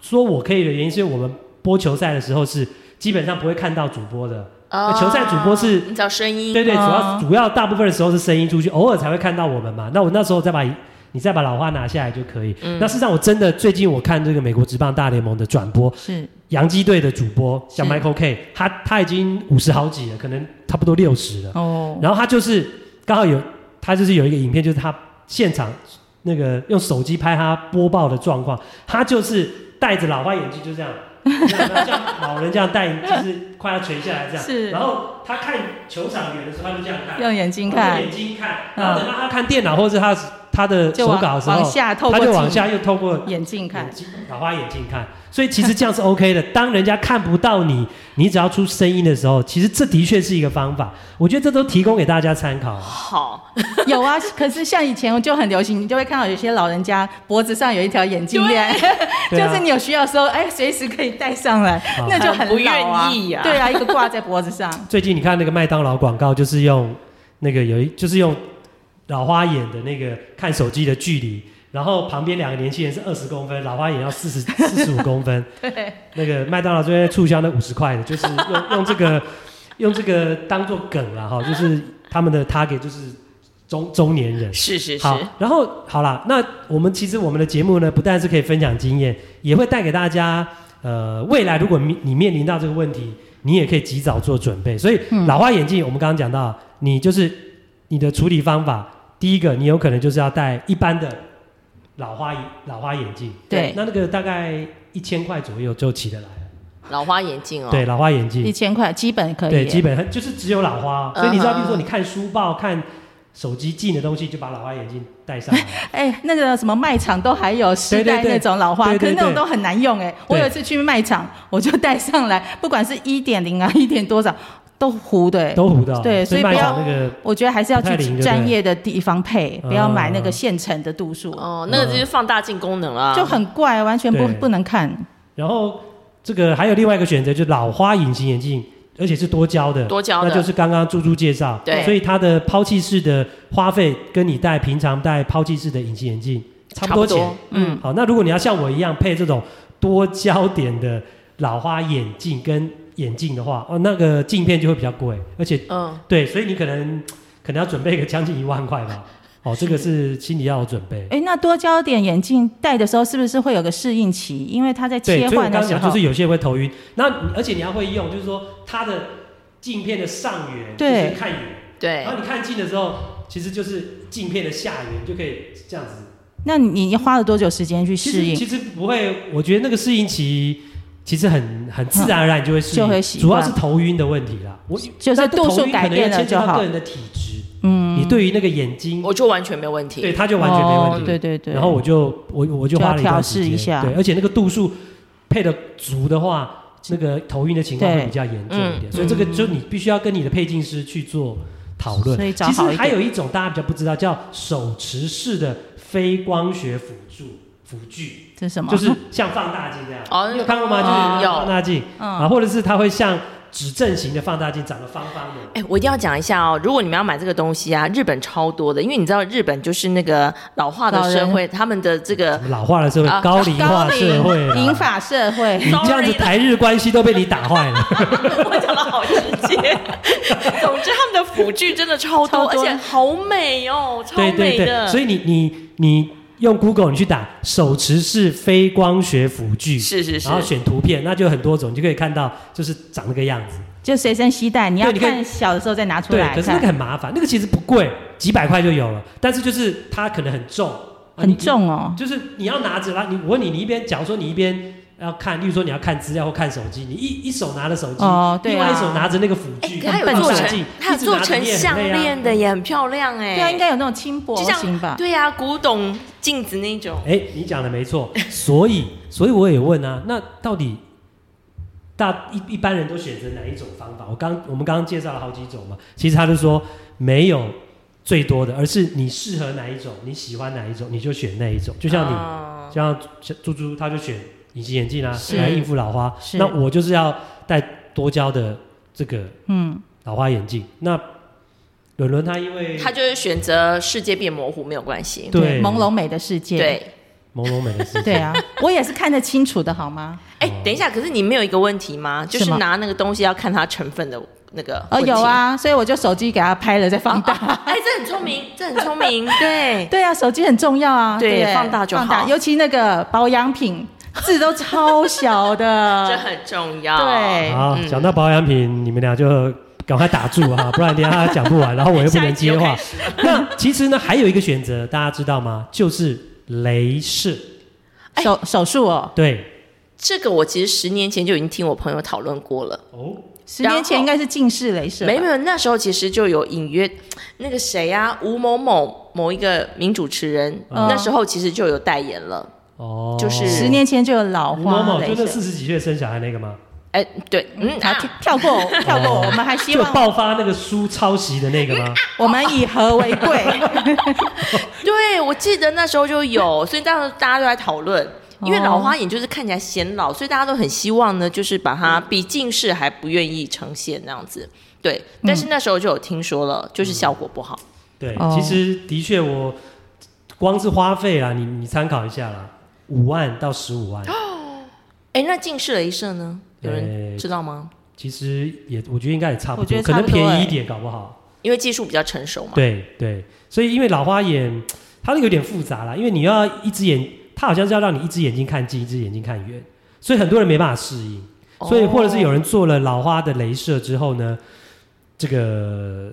[SPEAKER 3] 说我可以的原因是因为我们播球赛的时候是基本上不会看到主播的，
[SPEAKER 1] 哦
[SPEAKER 3] 球赛主播是
[SPEAKER 1] 你找声音，
[SPEAKER 3] 对对，主要
[SPEAKER 2] 哦
[SPEAKER 3] 主要大部分的时候是声音出去，偶尔才会看到我们嘛。那我那时候再把你再把老花拿下来就可以。
[SPEAKER 1] 嗯
[SPEAKER 3] 那事实上，我真的最近我看这个美国职棒大联盟的转播，
[SPEAKER 2] 是
[SPEAKER 3] 洋基队的主播像
[SPEAKER 2] 是
[SPEAKER 3] Michael K，他他已经五十好几了，可能差不多六十了。
[SPEAKER 2] 哦，
[SPEAKER 3] 然后他就是刚好有他就是有一个影片，就是他现场那个用手机拍他播报的状况，他就是戴着老花眼镜就这
[SPEAKER 2] (laughs)
[SPEAKER 3] 样。这样像老人这样戴，就是快要垂下来这样。
[SPEAKER 2] 是
[SPEAKER 3] 然后他看球场远的时候，他就这样看。
[SPEAKER 2] 用眼睛
[SPEAKER 3] 用
[SPEAKER 2] 看，
[SPEAKER 3] 眼睛看，
[SPEAKER 2] 嗯
[SPEAKER 3] 然后等到他看电脑或是他他的
[SPEAKER 2] 就
[SPEAKER 3] 手
[SPEAKER 2] 往
[SPEAKER 3] 稿的时候，
[SPEAKER 2] 往下透过
[SPEAKER 3] 他就
[SPEAKER 2] 镜
[SPEAKER 3] 往下又透过
[SPEAKER 2] 眼镜看
[SPEAKER 3] 眼。睛老花眼镜看，所以其实这样是 OK 的。当人家看不到你，你只要出声音的时候，其实这的确是一个方法。我觉得这都提供给大家参考。啊
[SPEAKER 1] 好，
[SPEAKER 2] 有啊，可是像以前就很流行，你就会看到有些老人家脖子上有一条眼镜链，
[SPEAKER 3] 对啊
[SPEAKER 2] 就是你有需要的时候，哎，随时可以戴上来，那就很
[SPEAKER 1] 很不
[SPEAKER 2] 老啊
[SPEAKER 1] 愿意啊
[SPEAKER 2] 对啊，一个挂在脖子
[SPEAKER 3] (laughs)
[SPEAKER 2] 上，
[SPEAKER 3] 最近你看那个麦当劳广告，就是用那个有一就是用老花眼的那个看手机的距离，然后旁边两个年轻人是二十公分，老花眼要四十四十五公分。
[SPEAKER 2] 对，
[SPEAKER 3] 那个麦当劳这边促销那五十块的，就是用用这个用这个当做梗了哈，就是他们的 target 就是中中年人。
[SPEAKER 1] 是是是
[SPEAKER 3] 好，，然后好啦，那我们其实我们的节目呢，不但是可以分享经验，也会带给大家，呃，未来如果你你面临到这个问题，你也可以及早做准备。所以
[SPEAKER 2] 嗯
[SPEAKER 3] 老花眼镜，我们刚刚讲到，你就是你的处理方法，第一个，你有可能就是要戴一般的老花眼老花眼镜，
[SPEAKER 2] 对
[SPEAKER 3] 那那个大概一千块左右就起得来了。
[SPEAKER 1] 老花眼镜哦，
[SPEAKER 3] 对，老花眼
[SPEAKER 2] 一
[SPEAKER 3] 镜，
[SPEAKER 2] 千块基本可以，
[SPEAKER 3] 嗯对，基本上就是只有老花哦、所以你知道，
[SPEAKER 1] 嗯哼
[SPEAKER 3] 比如说你看书报、看手机近的东西，就把老花眼镜戴上来。
[SPEAKER 2] 哎，那个什么卖场都还有时代
[SPEAKER 3] 对对对
[SPEAKER 2] 那种老花，
[SPEAKER 3] 对对
[SPEAKER 2] 可是那
[SPEAKER 3] 对
[SPEAKER 2] 种都很难用哎。我有一次去卖场，我就带上来， (laughs) 不管是一点零啊，一点多少都糊的哎。
[SPEAKER 3] 都糊的哦、
[SPEAKER 2] 对所以
[SPEAKER 3] 卖
[SPEAKER 2] 不
[SPEAKER 3] 场
[SPEAKER 2] 要
[SPEAKER 3] 那个
[SPEAKER 2] 我觉得还是要
[SPEAKER 3] 不太
[SPEAKER 2] 去
[SPEAKER 3] 灵就对
[SPEAKER 2] 专业的地方配，不要买那
[SPEAKER 3] 嗯
[SPEAKER 2] 个现成的度数，
[SPEAKER 1] 哦，那个就是放大镜功能啊啦，
[SPEAKER 2] 就很怪，完全不
[SPEAKER 3] 对
[SPEAKER 2] 不能看。
[SPEAKER 3] 然后这个还有另外一个选择，就是老花隐形眼镜，而且是多焦的，
[SPEAKER 1] 多焦的
[SPEAKER 3] 那就是刚刚猪猪介绍，
[SPEAKER 1] 对
[SPEAKER 3] 所以它的抛弃式的花费跟你戴平常戴抛弃式的隐形眼镜差不多钱。
[SPEAKER 2] 嗯，
[SPEAKER 3] 好，那如果你要像我一样配这种多焦点的老花眼镜跟眼镜的话，哦，那个镜片就会比较贵，而且
[SPEAKER 1] 嗯，
[SPEAKER 3] 对，所以你可能可能要准备个将近一万块吧。哦，这个是心里要有准备。
[SPEAKER 2] 哎，那多焦点眼镜戴的时候是不是会有个适应期？因为它在
[SPEAKER 3] 对，
[SPEAKER 2] 切
[SPEAKER 3] 所以我
[SPEAKER 2] 换
[SPEAKER 3] 刚
[SPEAKER 2] 的
[SPEAKER 3] 刚
[SPEAKER 2] 时
[SPEAKER 3] 讲
[SPEAKER 2] 候，
[SPEAKER 3] 就是有些会头晕，那你而且你要会用，就是说它的镜片的上缘
[SPEAKER 2] 对
[SPEAKER 3] 就是看远，
[SPEAKER 1] 对
[SPEAKER 3] 然，后你看近的时候，其实就是镜片的下缘就可以这样子。
[SPEAKER 2] 那你花了多久时间去
[SPEAKER 3] 其
[SPEAKER 2] 适
[SPEAKER 3] 实
[SPEAKER 2] 应？
[SPEAKER 3] 其实不会，我觉得那个适应期其实很很自然而然就会适应，
[SPEAKER 2] 嗯就会习
[SPEAKER 3] 主要
[SPEAKER 2] 惯
[SPEAKER 3] 是头晕的问题啦。我
[SPEAKER 2] 就是度数改变了
[SPEAKER 3] 那头晕可能要牵扯
[SPEAKER 2] 就
[SPEAKER 3] 到
[SPEAKER 2] 好
[SPEAKER 3] 个。人的体质，嗯，你对于那个眼睛，
[SPEAKER 1] 我就完全没问
[SPEAKER 3] 对
[SPEAKER 1] 题，
[SPEAKER 3] 它就完全没问
[SPEAKER 2] 哦
[SPEAKER 3] 题。
[SPEAKER 2] 对对对。
[SPEAKER 3] 然后我就我我就
[SPEAKER 2] 就要
[SPEAKER 3] 花了一段时
[SPEAKER 2] 调试
[SPEAKER 3] 间，
[SPEAKER 2] 一下
[SPEAKER 3] 对，而且那个度数配的足的话，那个头晕的情况
[SPEAKER 2] 对
[SPEAKER 3] 会比较严重一点，
[SPEAKER 1] 嗯
[SPEAKER 3] 所以这个就你必须要跟你的配镜师去做讨论。
[SPEAKER 2] 所以找
[SPEAKER 3] 其实
[SPEAKER 2] 好一
[SPEAKER 3] 还
[SPEAKER 2] 点。
[SPEAKER 3] 有一种大家比较不知道，叫手持式的非光学辅助辅具，
[SPEAKER 2] 这是什么？
[SPEAKER 3] 就是像放大镜这样，
[SPEAKER 1] 哦
[SPEAKER 3] 你有看过吗？
[SPEAKER 1] 嗯
[SPEAKER 3] 就是
[SPEAKER 1] 有
[SPEAKER 3] 放大镜啊，
[SPEAKER 2] 嗯，
[SPEAKER 3] 或者是它会像指正型的放大镜，长得方
[SPEAKER 2] (laughs)
[SPEAKER 3] 方的。
[SPEAKER 1] 哎，我一定要讲一下哦，如果你们要买这个东西啊，日本超多的，因为你知道日本就是那个老化的社会，他们的这个 (laughs)
[SPEAKER 3] 我们老化的社会，
[SPEAKER 1] 啊
[SPEAKER 3] 高龄化社会啊啦，
[SPEAKER 2] 银发社会
[SPEAKER 3] 你这样子
[SPEAKER 1] Sorry
[SPEAKER 3] 台日关系都被你打坏了。
[SPEAKER 1] 我讲的好直接。总之，他们的辅具真的超多，
[SPEAKER 2] 超多
[SPEAKER 1] 而且好美哦，超
[SPEAKER 3] 对对
[SPEAKER 1] 美
[SPEAKER 3] 对，
[SPEAKER 1] 的。
[SPEAKER 3] 所以你你你用 Google 你去打手持式非光学辅具，
[SPEAKER 1] 是是是
[SPEAKER 3] 然，后选图片，那就很多种，你就可以看到就是长那个样子。
[SPEAKER 2] 就随身携带，你要
[SPEAKER 3] 对你可以
[SPEAKER 2] 看小的时候再拿出
[SPEAKER 3] 对，
[SPEAKER 2] 来
[SPEAKER 3] 可是那
[SPEAKER 2] 看
[SPEAKER 3] 个。很麻烦，那个其实不贵，几百块就有了，但是就是它可能很重，啊
[SPEAKER 2] 很，重哦
[SPEAKER 3] 你，就是你要拿着啦。你我问你，你一边假如说你一边要看，例如说你要看资料或看手机，你一一手拿着手机，
[SPEAKER 2] 哦对啊
[SPEAKER 3] 另外一手拿着那个辅具，
[SPEAKER 1] 哎它有
[SPEAKER 2] 笨
[SPEAKER 1] 做
[SPEAKER 2] 手
[SPEAKER 1] 成
[SPEAKER 3] 镜，
[SPEAKER 1] 它有
[SPEAKER 3] 一直
[SPEAKER 1] 做
[SPEAKER 3] 拿着
[SPEAKER 1] 成
[SPEAKER 3] 你也很
[SPEAKER 1] 项
[SPEAKER 3] 累啊
[SPEAKER 1] 链的，也很漂亮哎。
[SPEAKER 2] 对啊，应该有那种轻薄
[SPEAKER 1] 就
[SPEAKER 2] 型
[SPEAKER 1] 像
[SPEAKER 2] 吧？
[SPEAKER 1] 对啊，古董镜子那种。
[SPEAKER 3] 哎，你讲的没错，所以所以我也问啊，那到底大一一般人都选择哪一种方法？我刚我们刚刚介绍了好几种嘛，其实他就说没有最多的，而是你适合哪一种，你喜欢哪一种，你就选那一种。就像你，
[SPEAKER 1] 你，
[SPEAKER 3] 像猪猪，他就选隐形眼镜啊，
[SPEAKER 2] 是
[SPEAKER 3] 来应付老花。
[SPEAKER 2] 是
[SPEAKER 3] 那我就是要戴多焦的这个
[SPEAKER 2] 嗯，
[SPEAKER 3] 老花眼镜。那伦伦他因为
[SPEAKER 1] 他就是选择世界变模糊没有关系。
[SPEAKER 3] 对
[SPEAKER 2] 朦胧美的世界，
[SPEAKER 1] 对，
[SPEAKER 3] 朦胧美的世界，
[SPEAKER 2] 对，啊，我也是看得清楚的
[SPEAKER 1] (laughs)
[SPEAKER 2] 好吗？
[SPEAKER 1] 哎，等一下，可是你没有一个问题吗？就是是
[SPEAKER 2] 吗
[SPEAKER 1] 拿那个东西要看它成分的那个。
[SPEAKER 2] 哦，有。啊，所以我就手机给他拍了再放大。
[SPEAKER 1] (laughs) 哎，这很聪明，这很聪明，对。
[SPEAKER 2] (laughs) 对啊，手机很重要啊，
[SPEAKER 1] 对
[SPEAKER 2] 不
[SPEAKER 1] 放大就好
[SPEAKER 2] 尤其那个保养品字都超
[SPEAKER 1] (laughs) (laughs)
[SPEAKER 2] 小
[SPEAKER 1] 这
[SPEAKER 2] 的，
[SPEAKER 1] 很重要。
[SPEAKER 2] 对
[SPEAKER 3] 好，
[SPEAKER 1] 嗯
[SPEAKER 3] 讲到保养品，你们俩就赶快打住
[SPEAKER 2] (laughs)
[SPEAKER 3] 啊，不然等一下他讲不完，然后我又不
[SPEAKER 1] 下一
[SPEAKER 3] 能
[SPEAKER 1] 集
[SPEAKER 3] 接
[SPEAKER 1] 又开。
[SPEAKER 3] 话
[SPEAKER 1] 始
[SPEAKER 3] (laughs) 那其实呢，还有一个选择，大家知道吗？就是镭射。
[SPEAKER 1] 哎
[SPEAKER 2] 手手术哦，
[SPEAKER 3] 对，
[SPEAKER 1] 这个我其实十年前就已经听我朋友讨论过了，
[SPEAKER 3] 哦，
[SPEAKER 2] 十
[SPEAKER 1] 然后
[SPEAKER 2] 年前应该是近视雷射吧，
[SPEAKER 1] 没有没有，那时候其实就有隐约，那个谁啊，吴某某某一个名主持人，
[SPEAKER 2] 嗯
[SPEAKER 1] 那时候其实就有代言了。
[SPEAKER 3] 哦，
[SPEAKER 1] 就是
[SPEAKER 2] 十年前就有老
[SPEAKER 3] 某某
[SPEAKER 2] 花
[SPEAKER 3] 就
[SPEAKER 2] 雷射。
[SPEAKER 3] 那四十几岁生小孩那个吗？
[SPEAKER 1] 哎，对，嗯，
[SPEAKER 2] 啊，
[SPEAKER 1] 啊
[SPEAKER 2] 跳跳过
[SPEAKER 3] (laughs)
[SPEAKER 2] 跳过，我们还希
[SPEAKER 3] 哦就
[SPEAKER 2] 望
[SPEAKER 3] 爆发那个书抄袭的那个吗？
[SPEAKER 2] 我们以和为贵。
[SPEAKER 1] 对，我记得那时候就有，所以当时大家都在讨论，因为
[SPEAKER 2] 哦
[SPEAKER 1] 老花眼就是看起来显老，所以大家都很希望呢，就是把它比近视还不愿意呈现那样子。对，
[SPEAKER 3] 嗯
[SPEAKER 1] 但是那时候就有听说了，就是效果不好。
[SPEAKER 3] 对，
[SPEAKER 2] (laughs) 哦
[SPEAKER 3] 其实的确我光是花费啊，你你参考一下啦，五万到十五万，
[SPEAKER 1] 哎、那近视雷射呢？有人
[SPEAKER 3] 呃
[SPEAKER 1] 知道吗？
[SPEAKER 3] 其实也我觉得应该也差不
[SPEAKER 2] 我觉
[SPEAKER 3] 多，
[SPEAKER 2] 得
[SPEAKER 3] 可
[SPEAKER 2] 差
[SPEAKER 3] 能
[SPEAKER 2] 不多
[SPEAKER 3] 便宜
[SPEAKER 2] 欸
[SPEAKER 3] 一点，搞不好。
[SPEAKER 1] 因为技术比较成熟嘛。
[SPEAKER 3] 对对，所以因为老花眼，它那个有点复杂啦，因为你要一只眼，它好像是要让你一只眼睛看近，一只眼睛看远，所以很多人没办法适应。
[SPEAKER 1] 哦
[SPEAKER 3] 所以或者是有人做了老花的镭射之后呢，这个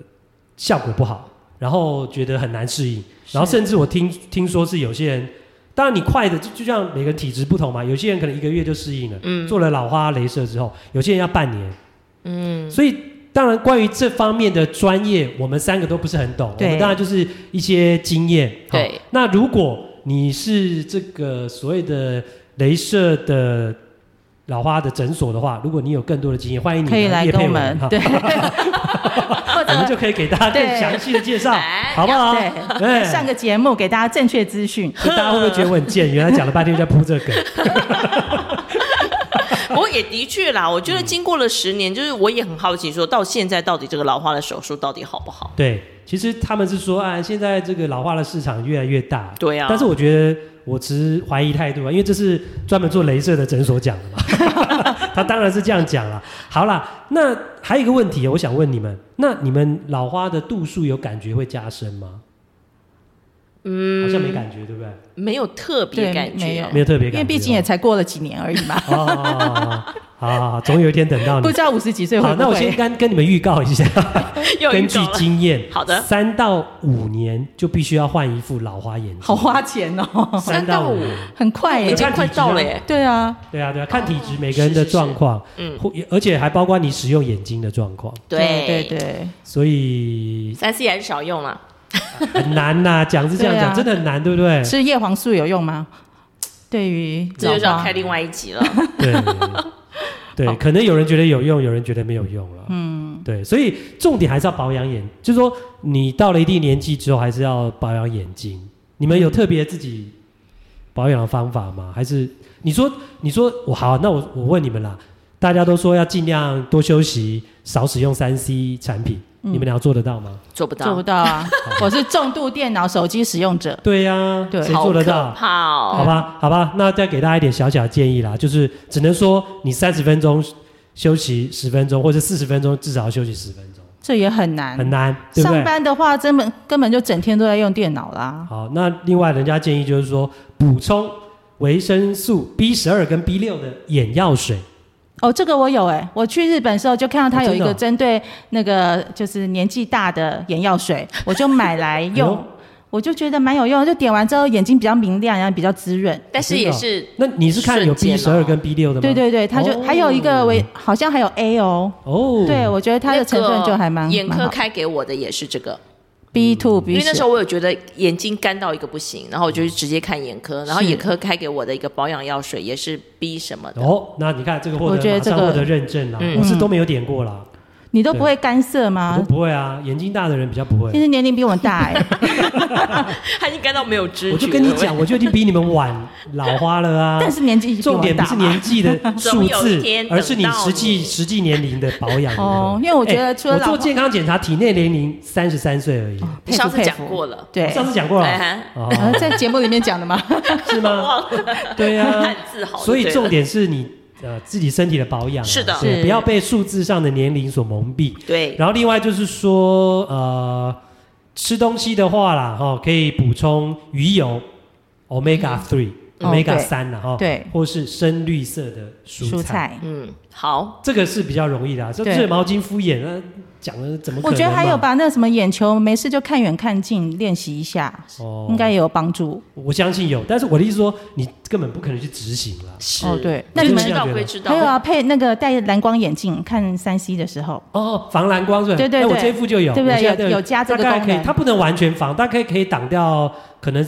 [SPEAKER 3] 效果不好，然后觉得很难适应，然后甚至我听听说是有些人。当然，你快的就就像每个人体质不同嘛，有些人可能一个月就适应了，
[SPEAKER 1] 嗯
[SPEAKER 3] 做了老花镭射之后，有些人要半年，
[SPEAKER 1] 嗯，
[SPEAKER 3] 所以当然，关于这方面的专业，我们三个都不是很懂。我
[SPEAKER 2] 对
[SPEAKER 3] 们当然就是一些经验。
[SPEAKER 1] 对
[SPEAKER 3] 好那如果你是这个所谓的镭射的老花的诊所的话，如果你有更多的经验，欢 (laughs) 迎你
[SPEAKER 2] 可以来
[SPEAKER 3] 业
[SPEAKER 2] 跟
[SPEAKER 3] 配
[SPEAKER 2] 我
[SPEAKER 3] 我
[SPEAKER 2] 们
[SPEAKER 3] 哈
[SPEAKER 2] 对，
[SPEAKER 1] 或
[SPEAKER 3] 我们就可以给大家更
[SPEAKER 2] 对
[SPEAKER 3] 详细的
[SPEAKER 2] (laughs)
[SPEAKER 3] 介绍
[SPEAKER 1] 哎，
[SPEAKER 3] 好不好？哎
[SPEAKER 2] 对上个节目给大家正确资讯。
[SPEAKER 3] 所以大家会不会觉得我很贱？原来讲了半天在铺这个梗。
[SPEAKER 1] 不过也的确
[SPEAKER 3] (laughs)
[SPEAKER 1] 啦，我觉得经过了十年，就是我也很好奇，说到现在到底这个老花的手术到底好不好？
[SPEAKER 3] 对，其实他们是说啊，现在这个老化的市场越来越大。
[SPEAKER 1] 对啊
[SPEAKER 3] 但是我觉得我持怀疑态度啊，因为这是专门做镭射的诊所讲的嘛，他当然是这样讲了。好啦，那还有一个问题，我想问你们，那你们老花的度数有感觉会加深吗？嗯，好像没感觉，对不对？
[SPEAKER 1] 没有特别
[SPEAKER 2] 对
[SPEAKER 1] 感
[SPEAKER 2] 没有
[SPEAKER 1] 觉，
[SPEAKER 3] 没有特
[SPEAKER 2] 因
[SPEAKER 3] 别感觉，
[SPEAKER 2] 为毕竟也才过了几年而已嘛，
[SPEAKER 3] 哦。哦哦哦好好好，总有一天等到哦你
[SPEAKER 2] 不。知道五十几岁会
[SPEAKER 3] 好，那
[SPEAKER 2] 不
[SPEAKER 3] 我先
[SPEAKER 2] 会。
[SPEAKER 3] 跟跟你们预告一下，
[SPEAKER 1] 又
[SPEAKER 3] 根
[SPEAKER 1] 遇
[SPEAKER 3] 据
[SPEAKER 1] 到了
[SPEAKER 3] 经验，
[SPEAKER 1] 好的
[SPEAKER 3] 三到五年就必须要换一副老花眼镜。
[SPEAKER 2] 好花钱
[SPEAKER 3] (laughs)
[SPEAKER 2] 哦，
[SPEAKER 1] 三到五，
[SPEAKER 2] 很快
[SPEAKER 1] 哎已
[SPEAKER 2] 耶！
[SPEAKER 1] 经快到了耶。
[SPEAKER 2] 对啊，
[SPEAKER 3] 对啊，对啊，看体质每个人的状
[SPEAKER 2] 哦
[SPEAKER 3] 况，
[SPEAKER 1] 嗯，
[SPEAKER 3] 或也而且还包括你使用眼睛的状况，
[SPEAKER 1] 对
[SPEAKER 2] 对对，
[SPEAKER 3] 所以
[SPEAKER 1] 三 C 还是少用了。
[SPEAKER 3] 很难呐、讲是这样
[SPEAKER 2] 对
[SPEAKER 3] 讲，
[SPEAKER 2] 啊
[SPEAKER 3] 真的很难，对不对
[SPEAKER 2] 对？吃叶黄素有用吗？对于
[SPEAKER 1] 这就是
[SPEAKER 2] 老
[SPEAKER 1] 要
[SPEAKER 2] 花
[SPEAKER 1] 开另外一集了。
[SPEAKER 3] 对。
[SPEAKER 1] (laughs)
[SPEAKER 3] 对，可能有人觉得有用，有人觉得没有用了。嗯，对，所以重点还是要保养眼，就是说你到了一定年纪之后，还是要保养眼睛。你们有特别自己保养的方法吗？还是你说你说我好，那我我问你们啦，大家都说要尽量多休息，少使用三 C 产品，
[SPEAKER 1] 嗯
[SPEAKER 3] 你们俩做得到吗？
[SPEAKER 1] 做不到，
[SPEAKER 2] (laughs) 做不到啊！我是重度电脑手机使用者，
[SPEAKER 3] 对呀、
[SPEAKER 2] 对
[SPEAKER 3] 谁做得到
[SPEAKER 1] 好可？怕哦
[SPEAKER 3] 好吧，好吧，那再给大家一点小小的建议啦，就是只能说你三十分钟休息十分钟，或者四十分钟至少要休息十分钟，
[SPEAKER 2] 这也很难。
[SPEAKER 3] 很难，对不
[SPEAKER 2] 上
[SPEAKER 3] 对？
[SPEAKER 2] 班的话，根本根本就整天都在用电脑啦。
[SPEAKER 3] 好，那另外人家建议就是说补充维生素 B 十二跟 B 六的眼药水，
[SPEAKER 2] 哦，这个我有哎、我去日本的时候就看到它有一
[SPEAKER 3] 哦
[SPEAKER 2] 个
[SPEAKER 3] 真
[SPEAKER 2] 针对那个就是年纪大的眼药
[SPEAKER 3] (laughs)
[SPEAKER 2] 水，我就买来
[SPEAKER 3] 哎
[SPEAKER 2] 用，
[SPEAKER 3] 呦
[SPEAKER 2] 我就觉得蛮有用，就点完之后眼睛比较明亮，然后比较滋润。
[SPEAKER 1] 但是也是
[SPEAKER 3] 那你是看有 B
[SPEAKER 1] 瞬
[SPEAKER 3] 十
[SPEAKER 1] 间哦
[SPEAKER 3] 二跟 B 六的吗？
[SPEAKER 2] 对对对，它就、
[SPEAKER 3] 哦
[SPEAKER 2] 还有一个为好像还有 A 哦，
[SPEAKER 3] 哦，
[SPEAKER 2] 对我觉得它的成分就还蛮
[SPEAKER 1] 那个眼
[SPEAKER 2] 蛮
[SPEAKER 1] 科
[SPEAKER 2] 好
[SPEAKER 1] 开给我的也是这个，
[SPEAKER 2] B two
[SPEAKER 3] 嗯
[SPEAKER 1] 因
[SPEAKER 2] B
[SPEAKER 1] 为那时
[SPEAKER 2] 候
[SPEAKER 1] 候我有觉得眼睛干到一个不行，然后我就去直接看眼科，然后眼科开给我的一个保养药水也是 B 什么的，
[SPEAKER 3] 哦，那你看这个获
[SPEAKER 2] 我觉
[SPEAKER 3] 得
[SPEAKER 2] 得
[SPEAKER 3] 马上
[SPEAKER 2] 这个
[SPEAKER 3] 获得认证啦，
[SPEAKER 1] 嗯
[SPEAKER 3] 我是都没有点过啦。
[SPEAKER 2] 你都不会干涉
[SPEAKER 3] 我都
[SPEAKER 2] 吗？
[SPEAKER 3] 不会啊，眼睛大的人比较不会
[SPEAKER 2] 其。实年龄比我们大
[SPEAKER 3] (laughs)
[SPEAKER 2] 哎、
[SPEAKER 1] (laughs) 他应该到没有知觉。
[SPEAKER 3] 我就跟你讲，，我就已经比你们晚老花了
[SPEAKER 2] (laughs)
[SPEAKER 3] 啊。
[SPEAKER 2] 但是年纪比我
[SPEAKER 3] 重点
[SPEAKER 2] 们
[SPEAKER 3] 不
[SPEAKER 2] 大
[SPEAKER 3] 是年纪
[SPEAKER 2] (laughs)
[SPEAKER 3] 的数
[SPEAKER 1] 总有一
[SPEAKER 3] 字
[SPEAKER 1] 天，等
[SPEAKER 3] 而是你
[SPEAKER 1] 到
[SPEAKER 3] 实际
[SPEAKER 1] 你
[SPEAKER 3] 实际年龄的保养。
[SPEAKER 2] 哦
[SPEAKER 3] 你
[SPEAKER 2] 因为我
[SPEAKER 3] 懂吗
[SPEAKER 2] 觉得
[SPEAKER 3] 哎
[SPEAKER 2] 除了
[SPEAKER 3] 我
[SPEAKER 2] 老
[SPEAKER 3] 做
[SPEAKER 2] 花
[SPEAKER 3] 健康检查，体内年龄三十三岁而已。
[SPEAKER 1] 你 (laughs) 上次
[SPEAKER 2] 佩服
[SPEAKER 1] 讲
[SPEAKER 2] 佩服
[SPEAKER 1] 过了，
[SPEAKER 2] 对，
[SPEAKER 3] 上次讲过了，
[SPEAKER 1] 对，
[SPEAKER 3] 哦
[SPEAKER 2] 呃 (laughs) 在节目里面讲的吗？
[SPEAKER 3] 是
[SPEAKER 2] (laughs)
[SPEAKER 3] 吗？
[SPEAKER 1] 忘了
[SPEAKER 3] (laughs)
[SPEAKER 1] (laughs)
[SPEAKER 3] 对
[SPEAKER 1] 很
[SPEAKER 3] 啊，
[SPEAKER 1] 自豪。
[SPEAKER 3] 所以重
[SPEAKER 1] 点
[SPEAKER 3] 点是你呃自己身体的保养啊，
[SPEAKER 1] 是的
[SPEAKER 3] 对
[SPEAKER 2] 是
[SPEAKER 3] 不要被数字上的年龄所蒙蔽。
[SPEAKER 1] (laughs) 对，
[SPEAKER 3] 然后另外就是说，呃，吃东西的话啦，哈、可以补充鱼油，omega three、
[SPEAKER 2] 嗯
[SPEAKER 3] omega
[SPEAKER 2] 哦
[SPEAKER 3] 三啦，哈、
[SPEAKER 2] 对
[SPEAKER 3] 或是深绿色的蔬菜，
[SPEAKER 2] 蔬菜。
[SPEAKER 1] 嗯，好，
[SPEAKER 3] 这个是比较容易的、啊。这
[SPEAKER 2] 对
[SPEAKER 3] 这毛巾敷眼，那讲的怎么可
[SPEAKER 2] 我
[SPEAKER 3] 能嘛？
[SPEAKER 2] 觉得还有把那个什么眼球，没事就看远看近练习一下，
[SPEAKER 3] 哦，
[SPEAKER 2] 应该也有帮助。
[SPEAKER 3] 我相信有，但是我的意思说，你根本不可能去执行啦。
[SPEAKER 1] 是
[SPEAKER 2] 哦，对，
[SPEAKER 1] 那
[SPEAKER 2] 那
[SPEAKER 1] 你
[SPEAKER 2] 你
[SPEAKER 3] 就
[SPEAKER 1] 们
[SPEAKER 3] 是这
[SPEAKER 1] 知
[SPEAKER 2] 们
[SPEAKER 3] 样
[SPEAKER 1] 道
[SPEAKER 3] 觉得
[SPEAKER 1] 归知道，
[SPEAKER 2] 还有啊，配那个戴蓝光眼镜看三 C 的时候，
[SPEAKER 3] 哦，防蓝光是吧？
[SPEAKER 2] 对对
[SPEAKER 3] 哎我
[SPEAKER 2] 对
[SPEAKER 3] 这副就有，
[SPEAKER 2] 对不
[SPEAKER 3] 我
[SPEAKER 2] 对？
[SPEAKER 3] 现在都
[SPEAKER 2] 有有加这
[SPEAKER 3] 大
[SPEAKER 2] 个
[SPEAKER 3] 概
[SPEAKER 2] 功
[SPEAKER 3] 可以，它
[SPEAKER 2] 能，
[SPEAKER 3] 不能完全防，大概可以挡掉可能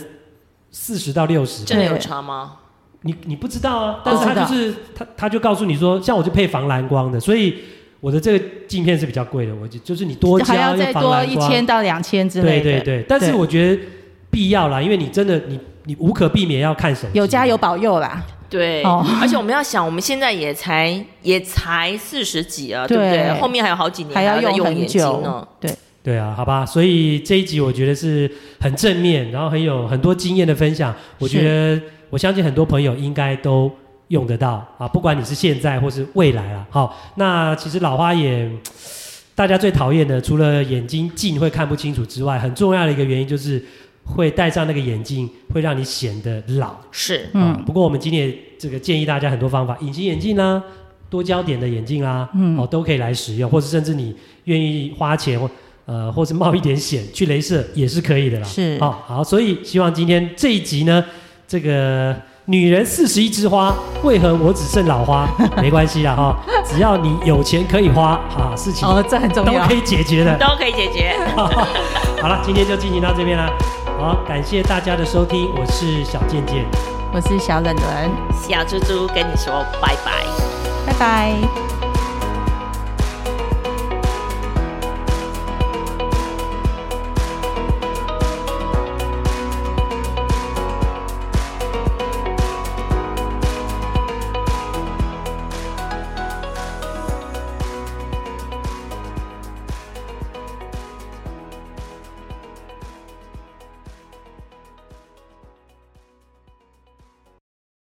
[SPEAKER 3] 四十到六十。
[SPEAKER 1] 真的有
[SPEAKER 2] 对
[SPEAKER 1] 差吗？
[SPEAKER 3] 你你不知道啊，
[SPEAKER 2] 不哦
[SPEAKER 3] 但
[SPEAKER 2] 知
[SPEAKER 3] 是
[SPEAKER 2] 道
[SPEAKER 3] 他就是他他就告诉你说，像我就配防蓝光的，所以我的这个镜片是比较贵的，我就就是你多
[SPEAKER 2] 还
[SPEAKER 3] 加
[SPEAKER 2] 要再
[SPEAKER 3] 防
[SPEAKER 2] 多
[SPEAKER 3] 蓝
[SPEAKER 2] 一
[SPEAKER 3] 光，
[SPEAKER 2] 千到两千之类
[SPEAKER 3] 对
[SPEAKER 2] 的。
[SPEAKER 3] 对对，但是我觉得必要啦，因为你真的你你无可避免要看手机，
[SPEAKER 2] 有加有保佑啦。
[SPEAKER 1] 对，
[SPEAKER 2] 哦
[SPEAKER 1] 而且我们要想，我们现在也才也才四十几啊，对不
[SPEAKER 2] 对
[SPEAKER 1] 对？后面还有好几年
[SPEAKER 2] 还
[SPEAKER 1] 要
[SPEAKER 2] 要
[SPEAKER 1] 再
[SPEAKER 2] 用
[SPEAKER 1] 眼
[SPEAKER 2] 很
[SPEAKER 1] 睛
[SPEAKER 2] 久
[SPEAKER 1] 呢。，
[SPEAKER 2] 对，
[SPEAKER 3] 对啊，好吧，所以这一集我觉得是很正面，然后很有很多经验的分享，我觉得我相信很多朋友应该都用得到啊，不管你是现在或是未来啦。好，那其实老花眼。大家最讨厌的，除了眼睛近会看不清楚之外，很重要的一个原因就是会戴上那个眼镜，会让你显得老。
[SPEAKER 1] 是，
[SPEAKER 3] 嗯、
[SPEAKER 2] 嗯，
[SPEAKER 3] 不过我们今天也这个建议大家很多方法，隐形眼镜啦、多焦点的眼镜啦，
[SPEAKER 2] 嗯
[SPEAKER 3] 哦，都可以来使用，或者甚至你愿意花钱或呃，或是冒一点险去镭射也是可以的啦。
[SPEAKER 2] 是
[SPEAKER 3] 哦，好，所以希望今天这一集呢，这个女人四十一枝花，为何我只剩
[SPEAKER 2] (laughs)
[SPEAKER 3] 老花？没关系啦，哈、只要你有钱可以花啊，事情
[SPEAKER 2] 哦，这很重
[SPEAKER 3] 都
[SPEAKER 2] 要
[SPEAKER 3] 可。以解决的。
[SPEAKER 1] 都可以解决。 (laughs)
[SPEAKER 3] 好了，今天就进行到这边了。好，感谢大家的收听，我是小健健。
[SPEAKER 2] 我是小冷伦，
[SPEAKER 1] 小猪猪跟你说拜拜。
[SPEAKER 2] 拜拜。